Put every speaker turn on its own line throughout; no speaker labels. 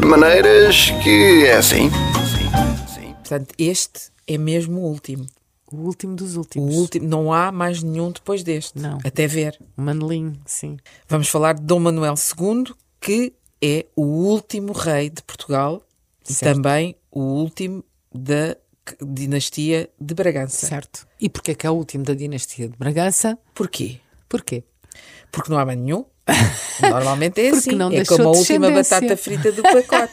de maneiras que é assim.
Portanto, este é mesmo o último.
O último dos
O
últimos.
último. Não há mais nenhum depois deste.
Não.
Até ver.
O Manelinho, sim.
Vamos falar de Dom Manuel II, que é o último rei de Portugal e
Certo.
também o último da c- dinastia de Bragança.
Certo. E porquê que é o último da dinastia de Bragança?
Porquê?
Porquê?
Porque não há mais nenhum. Normalmente é
Porque
assim.
não
é
deixou
como a última
descendência.
batata frita do pacote.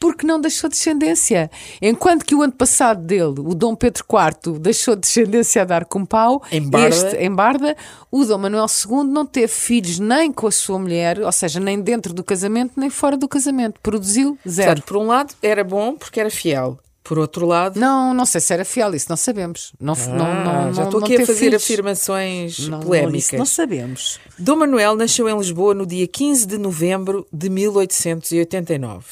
Porque não deixou descendência. Enquanto que o antepassado dele, o Dom Pedro IV, deixou descendência a dar com pau,
Em Barda.
este em Barda, o Dom Manuel II não teve filhos nem com a sua mulher, ou seja, nem dentro do casamento, nem fora do casamento. Produziu zero.
Portanto, por um lado era bom porque era fiel. Por outro lado,
Não, não sei se era fiel, isso não sabemos. Não,
Ah,
não, não,
já
não-
estou
não
aqui a
teve
fazer
filhos.
afirmações
Não, não,
polémicas.
isso não sabemos.
Dom Manuel nasceu em Lisboa no dia 15 de novembro de 1889.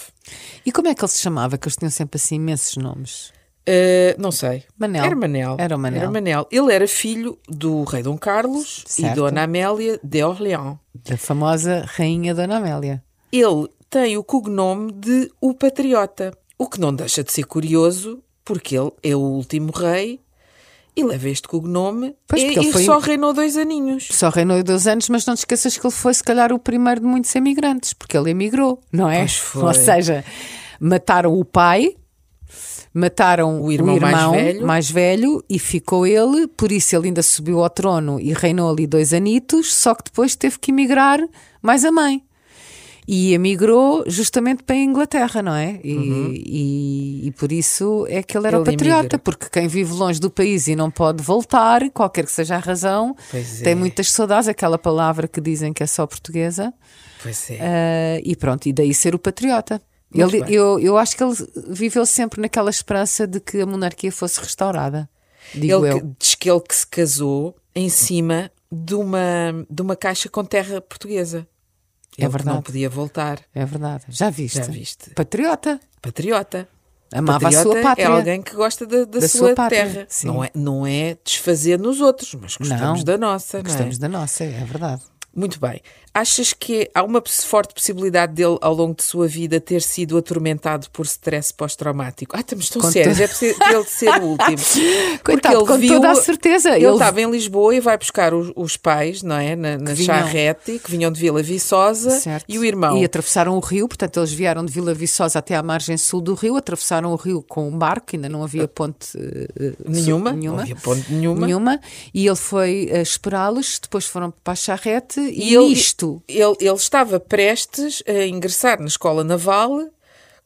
E como é que ele se chamava? Que eles tinham sempre assim imensos nomes.
Eh, não sei.
Manel.
Era Manel.
Era o Manel.
Ele era filho do rei Dom Carlos e
Certo.
Dona Amélia de Orleans.
Da famosa Rainha Dona Amélia.
Ele tem o cognome de O Patriota, o que não deixa de ser curioso, porque ele é o último rei e leva este cognome
Pois,
e,
porque ele
e
foi-
só reinou dois aninhos.
Só reinou dois anos, mas não te esqueças que ele foi, se calhar, o primeiro de muitos emigrantes, porque ele emigrou, não é?
Pois foi.
Ou seja, mataram o pai, mataram
O irmão mais velho.
mais velho e ficou ele, por isso ele ainda subiu ao trono e reinou ali dois anitos, só que depois teve que emigrar mais a mãe. E emigrou justamente para a Inglaterra, não é? E, e- e por isso é que ele era
Uhum. Ele
o patriota,
emigra.
porque quem vive longe do país e não pode voltar, qualquer que seja a razão,
Pois é.
tem muitas saudades, aquela palavra que dizem que é só portuguesa.
Pois é.
Ah, e pronto, e daí ser o patriota.
Muito
Ele-
bem.
eu, eu acho que ele viveu sempre naquela esperança de que a monarquia fosse restaurada. Digo
ele
eu.
que- diz que ele que se casou em cima de uma, de uma caixa com terra portuguesa.
É
Ele que não
verdade.
podia voltar.
É verdade. Já viste?
Já viste.
Patriota.
Patriota.
Amava
Patriota
a sua pátria.
É alguém que gosta da, da
Da
sua,
sua pátria,
terra.
sim.
Não é, não é desfazer nos outros, mas gostamos
Não.
da nossa. não é?
Gostamos da nossa, é verdade.
Muito bem. Achas que há uma pos- forte possibilidade dele, ao longo de sua vida, ter sido atormentado por stress pós-traumático? Ah, estamos tão
Com
sérios.
to-
É preciso ele ser o último.
Coitado, com toda a certeza.
Ele
Ele-
estava em Lisboa e vai buscar os, os pais, não é? Na, na
vinham.
charrete, que vinham de Vila Viçosa,
Certo.
e o irmão.
E atravessaram o rio, portanto, eles vieram de Vila Viçosa até à margem sul do rio, atravessaram o rio com um barco, ainda não havia ponte eh, eh,
Nenhuma,
sul- nenhuma.
não havia ponte nenhuma.
E ele foi eh, esperá-los, depois foram para a charrete e,
ele-
nisto.
Ele, ele estava prestes a ingressar na escola naval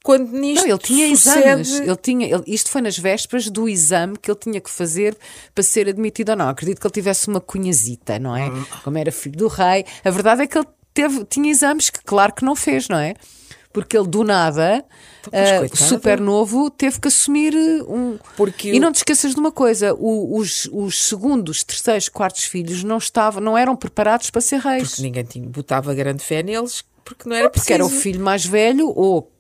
quando nisto
Não, ele tinha
sucede...
exames. Ele tinha, ele- isto foi nas vésperas do exame que ele tinha que fazer para ser admitido ou não. Acredito que ele tivesse uma cunhazita, não é?
Ah.
Como era filho do rei. A verdade é que ele teve, tinha exames que, claro que não fez, não é? Porque ele, do nada,
Então, mas
ah,
coitado.
super novo, teve que assumir eh, um.
Porque
e
o-
não te esqueças de uma coisa: o- os, os segundos, terceiros, quartos filhos não, estavam, não eram preparados para ser reis.
Porque ninguém tinha, botava grande fé neles porque não era
Porque
preciso.
era o filho mais velho ou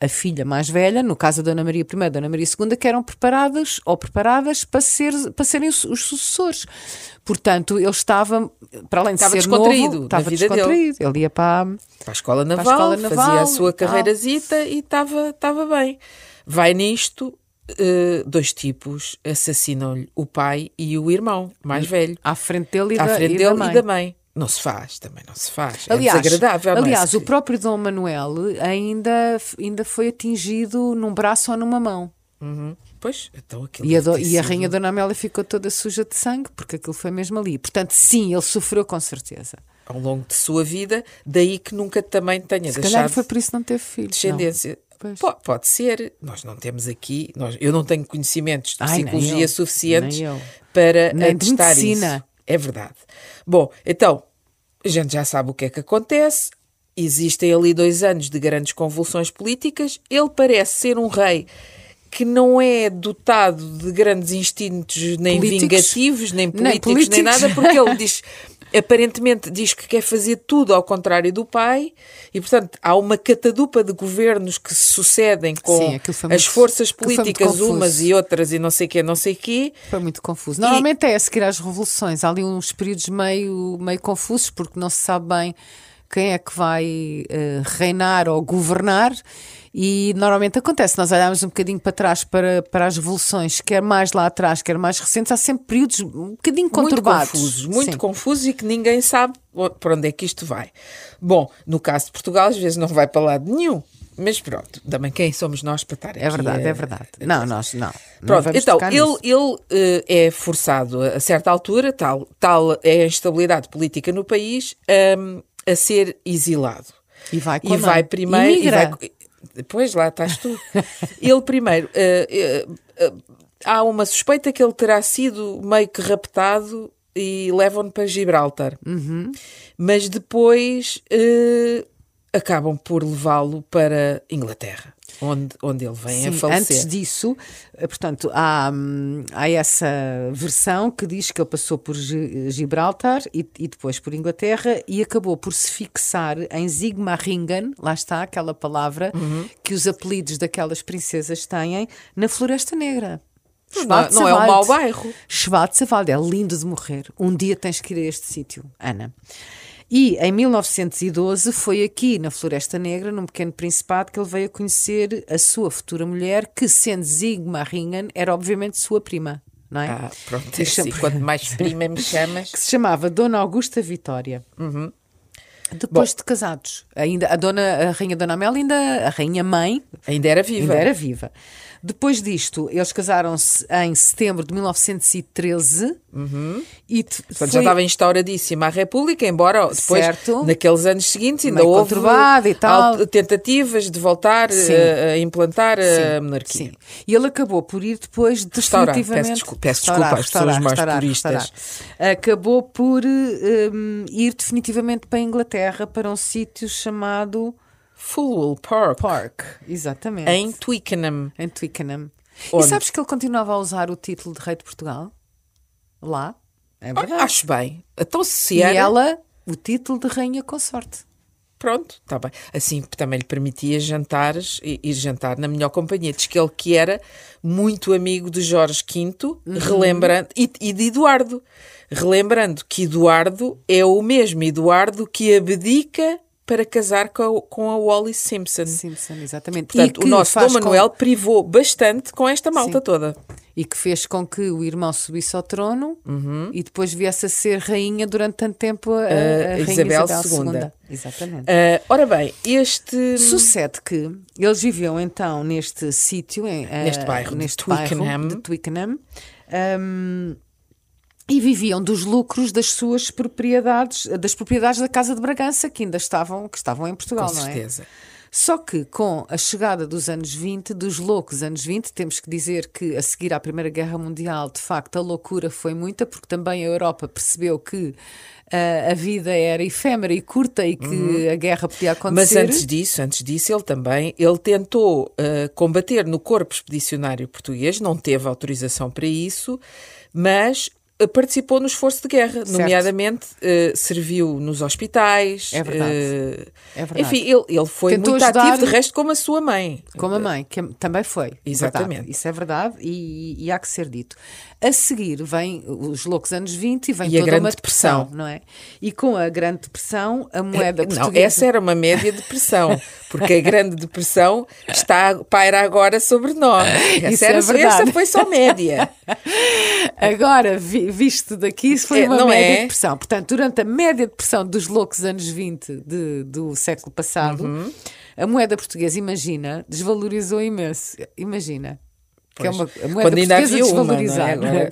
a filha mais velha, no caso da Dona Maria I e Dona Maria II, que eram preparadas ou preparadas para, ser, para serem os, os sucessores. Portanto, ele estava, para além de
Estava
ser
descontraído
novo,
na
estava
vida dele.
descontraído. Ele ia para...
Para a escola naval,
escola naval
fazia a
e
sua
tal.
carreirazita e estava estava bem. Vai nisto, eh, dois tipos assassinam-lhe o pai e o irmão mais velho.
à frente dele e,
à
da,
frente
e
dele
da mãe.
e da mãe. Não se faz, também não se faz. é
Aliás,
desagradável. não é?
aliás
Se-
o próprio Dom Manuel ainda, ainda foi atingido num braço ou numa mão.
Uhum. Pois, então aquilo
E a,
deve
do-
ter
e a
sido-
rainha Dona Amélia ficou toda suja de sangue, porque aquilo foi mesmo ali. Portanto, sim, ele sofreu com certeza.
ao longo de sua vida, daí que nunca também tenha
Se calhar
deixado
foi por isso que não teve filhos.
tipo descendência.
Pois.
Po- pode ser, nós não temos aqui, nós, eu não tenho conhecimentos de
Ai, nem
psicologia
eu,
suficientes
nem eu.
para
Nem de
atestar isso.
medicina.
É verdade. Bom, então, a gente já sabe o que é que acontece. Existem ali dois anos de grandes convulsões políticas. Ele parece ser um rei que não é dotado de grandes instintos nem
Políticos.
vingativos, nem
Nem
políticos, nem,
políticos.
nada, porque ele diz, aparentemente diz que quer fazer tudo ao contrário do pai, e portanto há uma catadupa de governos que se sucedem com
Sim, aquilo foi
as
muito-
forças
aquilo foi muito
políticas
confuso.
umas e outras e não sei quê, não sei quê.
Não? Foi muito confuso. Normalmente é a seguir às revoluções. Há ali uns períodos meio, meio confusos, porque não se sabe bem quem é que vai eh, reinar ou governar. E normalmente acontece, nós olharmos um bocadinho para trás para, para as revoluções, quer mais lá atrás, quer mais recentes, há sempre períodos um bocadinho conturbados.
Muito confusos, muito
Sim.
confusos e que ninguém sabe o- para onde é que isto vai. Bom, no caso de Portugal, às vezes não vai para lado nenhum, mas pronto, também quem somos nós para estar aqui?
É verdade,
a-
é verdade. Não, nós não. não
Pronto,
Né? vamos
então,
tocar
ele,
nisso.
ele eh, é forçado, a a certa altura, tal, tal é a instabilidade política no país, ahm, a ser exilado.
E vai
E
com a mãe.
vai primeiro. e
Imigra.
vai co- Pois lá estás tu. ele primeiro. eh, eh, eh, há uma suspeita que ele terá sido meio que raptado e levam-no para Gibraltar.
Uhum.
Mas depois eh, acabam por levá-lo para Inglaterra, onde, onde ele vem a
Sim,
falecer.
Antes disso, eh, portanto, há, hum, há essa versão que diz que ele passou por Gi- Gibraltar e, e depois por Inglaterra e acabou por se fixar em Zigmaringen, lá está aquela palavra
Uhum.
que os apelidos daquelas princesas têm, na Floresta Negra.
Não, não é um
Schwarzwald.
mau bairro.
Schwarzwald é lindo de morrer. Um dia tens que ir a este sítio, Ana. E em 1912 foi aqui na Floresta Negra, num pequeno principado, que ele veio a conhecer a sua futura mulher, que sendo Zigmaringen era obviamente sua prima, não é?
Ah, pronto, é
Que se
assim,
chama-
quanto mais prima me chamas.
que se chamava Dona Augusta Vitória.
Uhum.
Depois de casados, ainda a dona, a rainha Dona Amélia, ainda a rainha mãe,
Ainda era viva.
Ainda era viva. Depois disto, eles casaram-se em setembro de 1913 e te-
Uhum. Portanto, já
foi-
estava instauradíssima a República, embora depois,
Certo.
naqueles anos seguintes, ainda
Meio
houve
conturbada e tal.
al- tentativas de voltar
Sim.
eh, a implantar a
Sim,
monarquia.
sim. E ele acabou por ir depois
Restaurar, peço
definitivamente...
desculpa- peço desculpa às pessoas mais puristas.
restaurar. Acabou por eh, hum, ir definitivamente para a Inglaterra, para um sítio chamado
Fulwell Park,
Park. Exatamente.
em Twickenham.
Em Twickenham.
Onde?
E sabes que ele continuava a usar o título de rei de Portugal? Lá? É
Ah,
verdade.
Acho bem. Então se
E
era,
ela, o título de rainha consorte.
pronto, está bem. Assim também lhe permitia jantares e ir jantar na melhor companhia. Diz que ele que era muito amigo de Jorge V,
Uhum.
relembrando, e, e de Eduardo. Relembrando que Eduardo é o mesmo Eduardo que abdica para casar com a, com a Wally Simpson.
Simpson, exatamente.
Portanto,
que
o nosso Dom
faz com-
Manuel privou bastante com esta malta
Sim.
toda.
E que fez com que o irmão subisse ao trono
Uhum.
e depois viesse a ser rainha durante tanto tempo a, a rainha
Eh, Isabel
Isabel,
II.
II. Exatamente. Hum.
Ah, ora bem, este.
Sucede que eles viviam então neste sítio, em, eh,
Neste bairro de
neste
Twickenham.
bairro de Twickenham, hum, e viviam dos lucros das suas propriedades, das propriedades da Casa de Bragança, que ainda estavam, que estavam em Portugal,
Com
não é?
certeza.
Só que com a chegada dos anos 20, dos loucos anos 20, temos que dizer que a seguir à Primeira Guerra Mundial, de facto, a loucura foi muita, porque também a Europa percebeu que ah, a vida era efêmera e curta e que a guerra podia
Uhum. Mas
acontecer.
antes disso, antes disso, ele também ele tentou eh, combater no corpo expedicionário português, não teve autorização para isso, mas eh, participou no esforço de guerra, nomeadamente eh, serviu nos hospitais.
É verdade.
eh,
É verdade.
Enfim, ele, ele foi
Tentou
muito
ajudar-
ativo, de resto, como a sua mãe.
Como a mãe, que também foi. é
Exatamente.
Verdade. Isso é verdade e, e há que ser dito. A seguir vem os loucos anos 20 e vem
E a
toda
Grande
uma depressão,
Depressão. É,
não é? E com a Grande Depressão, a moeda
Não,
É portuguesa...
essa era uma média depressão, porque a Grande Depressão está paira agora sobre nós.
Isso
Essa,
é
era-
verdade.
essa foi só média.
Agora, vi- visto daqui, isso foi
É,
uma
não
média
é?
depressão. Portanto, durante a média depressão dos loucos anos 20 de- do século passado,
Uhum.
a moeda portuguesa, imagina, desvalorizou imenso. Imagina. Que é
Pois.
uma, a moeda
Quando ainda
portuguesa
havia uma, não é?
desvalorizada.
Agora-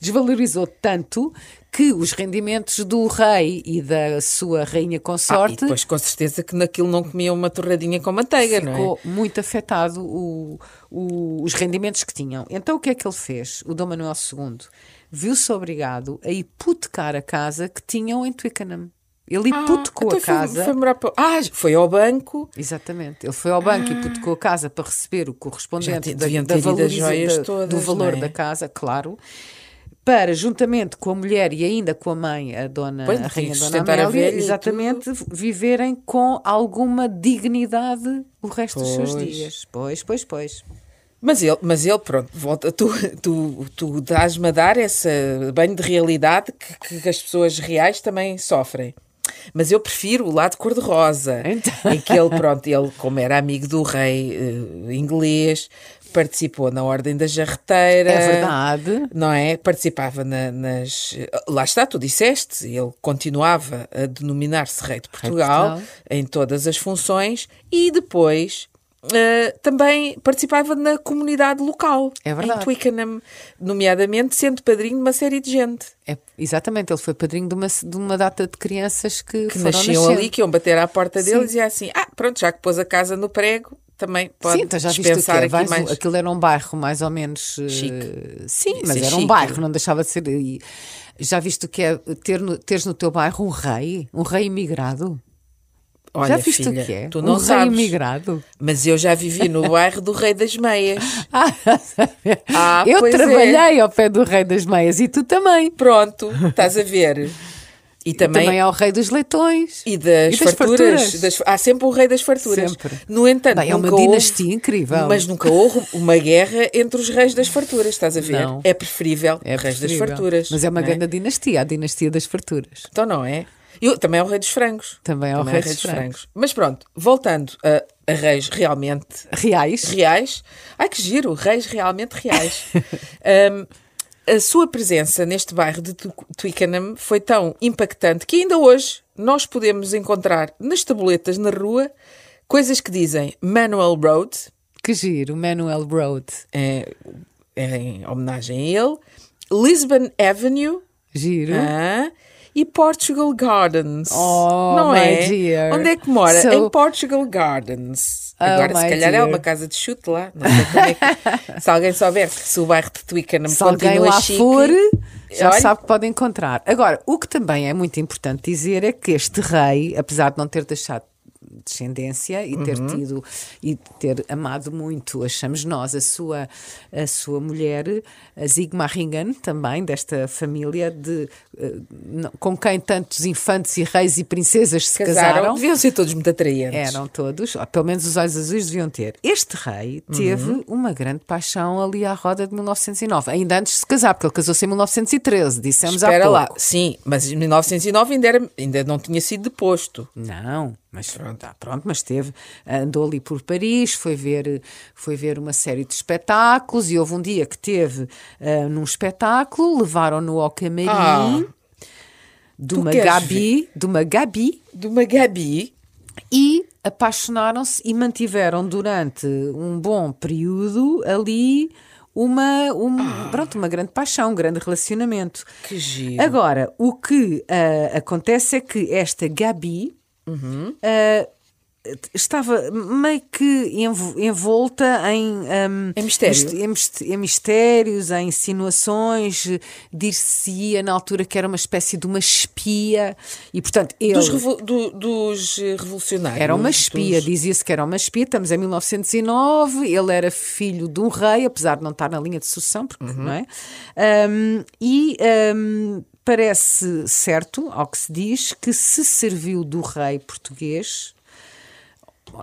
Desvalorizou tanto que os rendimentos do rei e da sua
Ah,
rainha
e
consorte
depois, com certeza, que naquilo não comia uma torradinha com manteiga, não é?
ficou muito afetado o- o- os rendimentos que tinham. Então o que é que ele fez? O Dom Manuel II viu-se obrigado a hipotecar a casa que tinham em Twickenham. Ele hipotecou
então
a
foi-
casa.
Foi, morar para- Ah, foi ao banco.
Exatamente. Ele foi ao banco e hipotecou a casa para receber o
Já
correspondente
te-
da,
deviam
da
ter ido as
valoriza-
joias
da- do
todas,
valor
não é?
da casa, claro. Para, juntamente com a mulher e ainda com a mãe, a dona
Pois,
a
tinha
rainha
que
dona
sustentar a
Amélia,
velha e
exatamente, viverem com alguma dignidade o resto dos seus
Pois.
dias. Pois, pois, pois.
Mas ele, mas ele, pronto, volta, tu, tu, tu dás-me a dar esse banho de realidade que, que as pessoas reais também sofrem. Mas eu prefiro o lado cor-de-rosa,
Então.
em que ele, pronto, ele, como era amigo do rei eh, inglês, participou na Ordem da Jarreteira.
É verdade.
Não é? Participava na- nas. Lá está, tu disseste, ele continuava a denominar-se Rei de Portugal,
Portugal.
em todas as funções e depois. eh, também participava na comunidade local
É verdade.
em Twickenham, nomeadamente sendo padrinho de uma série de gente
É, exatamente, ele foi padrinho de uma, de uma data de crianças que,
que
foram
nasciam
nascendo.
ali, que iam bater à porta dele
Sim.
e dizia assim: Ah, pronto, já que pôs a casa no prego, também pode
Sim, então já viste o quê?
dispensar aqui
Vais-
mais.
Aquilo era um bairro mais ou menos. eh,
Chique.
Sim,
Isso
mas
é
era um
chique.
bairro, não deixava de ser. e já viste o que é ter no, teres no teu bairro um rei? Um rei imigrado?
Olha,
já viste
filha,
o que é?
Tu não
um rei
sabes.
imigrado?
Mas eu já vivi no bairro do Rei das Meias.
Ah,
Ah,
eu
pois é.
trabalhei ao pé do rei das meias e tu também.
Pronto, estás a ver. E também.
Também ao rei dos leitões.
E das, farturas. das- há sempre um rei das farturas.
Sempre.
No entanto,
Bem, é uma
nunca houve-
dinastia incrível.
Mas nunca houve uma guerra entre os reis das farturas, estás a ver?
Não.
É preferível
É
reis das
preferível.
farturas. né?
Mas é uma
não
grande dinastia, a dinastia das farturas.
Então não é? Eu, também é o rei dos frangos.
Também é o
é
rei dos frangos.
Mas pronto, voltando a, a reis realmente
Reais.
reais. Ai que giro, reis realmente reais. Ahm, a sua presença neste bairro de Tu- Twickenham foi tão impactante que ainda hoje nós podemos encontrar nas tabuletas na rua coisas que dizem Manuel Road,
Que giro, Manuel Road.
eh, em homenagem a ele, Lisbon Avenue,
Giro.
Ah, e Portugal Gardens.
Oh,
não
my
é?
dear.
Onde é que mora?
So-
Em Portugal Gardens.
Oh,
Agora, se
my
calhar
dear.
é uma casa de chute lá. Não sei como é que... se alguém soubesse se o bairro de Twickenham
Se alguém
continua
lá
chique,
for, já
olha,
sabe que pode encontrar. Agora, o que também é muito importante dizer é que este rei, apesar de não ter deixado descendência e
Uhum.
ter tido e ter amado muito, achamos nós, a sua, a sua mulher, a Zigmaringen, também desta família de eh, não- com quem tantos infantes e reis e princesas se
Casaram.
casaram. É,
Deviam ser todos muito atraentes.
Eram todos, ou pelo menos os olhos azuis deviam ter. Este rei teve
Uhum.
uma grande paixão ali à roda de 1909, ainda antes de se casar, porque ele casou-se em 1913, dissemos
Espera
há
lá.
pouco.
Sim, mas em 1909 ainda, era- ainda não tinha sido deposto.
Não, mas pronto, tá, pronto, mas teve, andou ali por Paris, foi ver, foi ver uma série de espetáculos e houve um dia que teve ah, num espetáculo, levaram-no ao camarim
Ah.
de
Tu
uma
queres
Gabi, de uma Gabi,
De uma Gabi.
e apaixonaram-se e mantiveram durante um bom período ali uma,
Ah.
um- pronto, uma grande paixão, um grande relacionamento.
Que giro.
Agora, o que ah, acontece é que esta Gabi
Uhum.
ah, estava meio que envo- envolta em, ahm,
Em mistério.
mis- em, mist- em mistérios, em insinuações, dir-se-ia na altura que era uma espécie de uma espia e, portanto, ele...
Dos, revo- do- dos, eh, revolucionários.
Era uma
dos-
espia, dizia-se que era uma espia. Estamos em 1909, ele era filho de um rei, apesar de não estar na linha de sucessão, porque não é? Ahm, e ahm, parece certo, ao que se diz, que se serviu do rei português.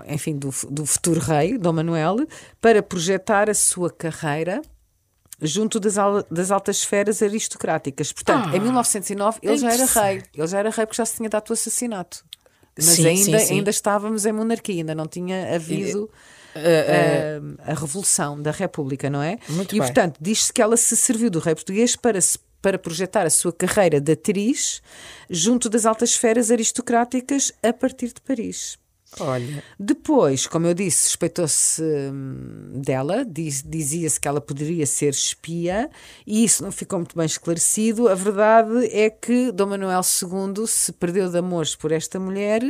Enfim, do, fu- do futuro rei, Dom Manuel, para projetar a sua carreira junto das, al- das altas esferas aristocráticas. Portanto, em 1909 ele já era rei. Ele já era rei porque já se tinha dado o assassinato. Mas
Sim,
ainda,
sim, sim.
ainda estávamos em monarquia, ainda não tinha havido
Eh,
ah, a revolução da República, não é?
Muito
e
bem.
portanto, diz-se que ela se serviu do rei português para se- para projetar a sua carreira de atriz junto das altas esferas aristocráticas a partir de Paris.
Olha.
Depois, como eu disse, suspeitou-se hum, dela, diz- dizia-se que ela poderia ser espia, e isso não ficou muito bem esclarecido. A verdade é que Dom Manuel II se perdeu de amores por esta mulher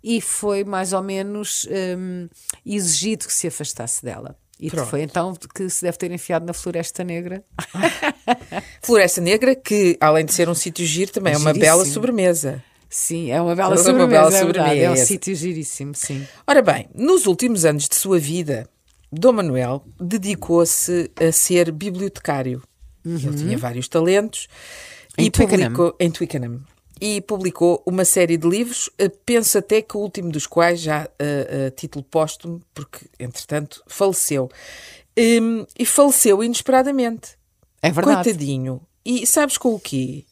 e foi mais ou menos hum, exigido que se afastasse dela. E
Pronto.
foi então que se deve ter enfiado na Floresta Negra.
Floresta Negra, que além de ser um sítio giro, também é uma bela
Giríssimo.
sobremesa.
Sim, é uma bela
Foi
sobremesa.
uma bela
é, verdade, é um
sobremesa.
sítio giríssimo, sim.
Ora bem, nos últimos anos de sua vida, Dom Manuel dedicou-se a ser bibliotecário. Ele tinha vários talentos
Uhum. Em
e
Twickenham.
publicou em Twickenham e publicou uma série de livros, eh, penso até que o último dos quais já eh, a título póstumo, porque entretanto faleceu. Hum, e faleceu inesperadamente.
É verdade.
Coitadinho. E sabes com o quê?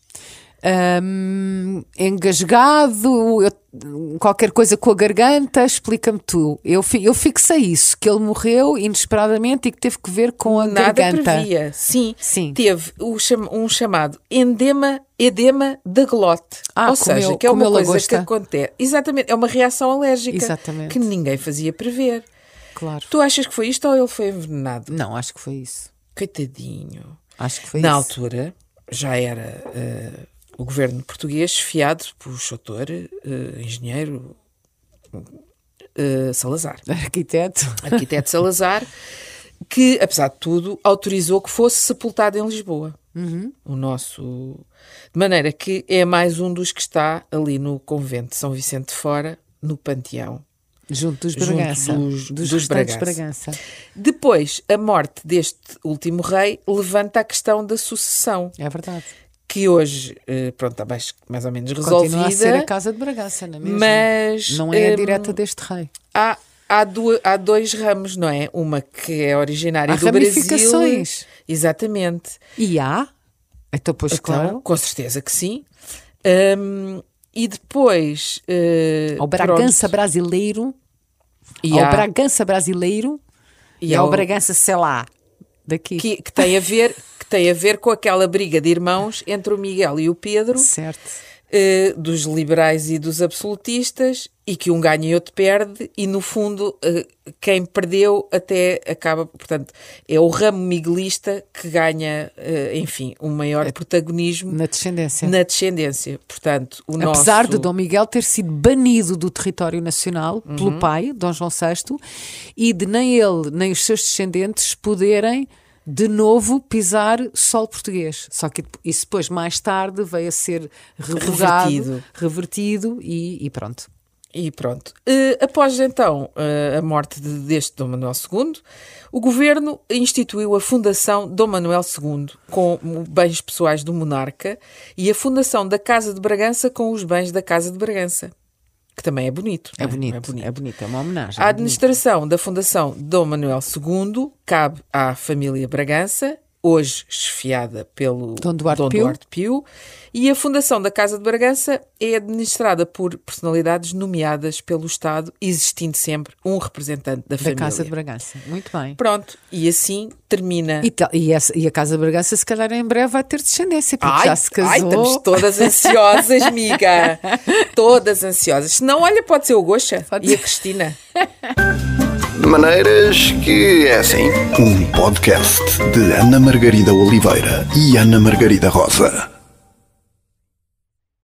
hum, engasgado, eu- qualquer coisa com a garganta, explica-me tu. Eu, fi- eu fixei isso, que ele morreu inesperadamente e que teve que ver com a
Nada
garganta.
previa. Sim,
Sim.
teve o cham- um chamado endema, edema da glote.
Ah,
Ou
comeu-
seja, que é uma
comeu
coisa
lagosta.
que acontece. Exatamente, é uma reação alérgica
Exatamente.
que ninguém fazia prever.
Claro.
Tu achas que foi isto ou ele foi envenenado?
Não, acho que foi isso.
Coitadinho.
Acho que foi
Na
isso.
altura, já era eh, o governo português fiado por Chotor, eh, engenheiro eh, Salazar,
Arquiteto.
arquiteto Salazar, que, apesar de tudo, autorizou que fosse sepultado em Lisboa. O nosso. De maneira que é mais um dos que está ali no convento de São Vicente de Fora, no panteão.
Junto dos
Junto
Bragança.
dos- dos
restantes
Bragança.
Bragança.
Depois, a morte deste último rei levanta a questão da sucessão
É verdade.
que hoje, eh, pronto, está mais, mais ou menos
Continua a ser a
resolvida,
casa de Bragança, não é mesmo?
mas
Não é a
eh,
direta deste rei.
há, há, du- há dois ramos, não é? Uma que é originária
Há
do Brasil.
ramificações.
Exatamente.
E há? Então, pois claro.
Com certeza que sim. Ahm, e depois. eh,
Ao Bragança
pronto,
brasileiro.
E
ao
há-
Bragança brasileiro. E,
e
ao
ao-
Bragança, sei lá, daqui.
que, que tem a ver. Que tem a ver com aquela briga de irmãos entre o Miguel e o Pedro.
Certo.
eh, dos liberais e dos absolutistas e que um ganha e outro perde e no fundo eh, quem perdeu até acaba, portanto, é o ramo miguelista que ganha, eh, enfim, um maior protagonismo
É Na descendência.
na descendência. Portanto, o nosso Uhum.
Apesar de Dom Miguel ter sido banido do território nacional pelo pai, Dom João VI, e de nem ele nem os seus descendentes poderem de novo pisar solo português. Só que isso depois, mais tarde, veio a ser revogado,
Revertido.
revertido, e, e pronto.
E pronto. Eh, após então eh, a morte de- deste Dom Manuel II, o governo instituiu a Fundação Dom Manuel II com bens pessoais do monarca e a Fundação da Casa de Bragança com os bens da Casa de Bragança, que também é bonito.
É
não
bonito,
É bonito.
é uma homenagem.
A
é bonito.
administração da Fundação Dom Manuel II cabe à família Bragança, hoje chefiada pelo
Dom Duarte Pio.
Pio, e a Fundação da Casa de Bragança é administrada por personalidades nomeadas pelo Estado, existindo sempre um representante da,
da
família.
Casa de Bragança. Muito bem.
Pronto, e assim termina.
E, tal- e essa- e a Casa de Bragança, se calhar, em breve vai ter descendência, porque
Ai,
já se casou.
ai, estamos todas ansiosas, amiga. todas ansiosas. Se não, olha, pode ser o Goxa
Pode
e a
ser.
Cristina.
De maneiras que é assim.
Um podcast de Ana Margarida Oliveira e Ana Margarida Rosa.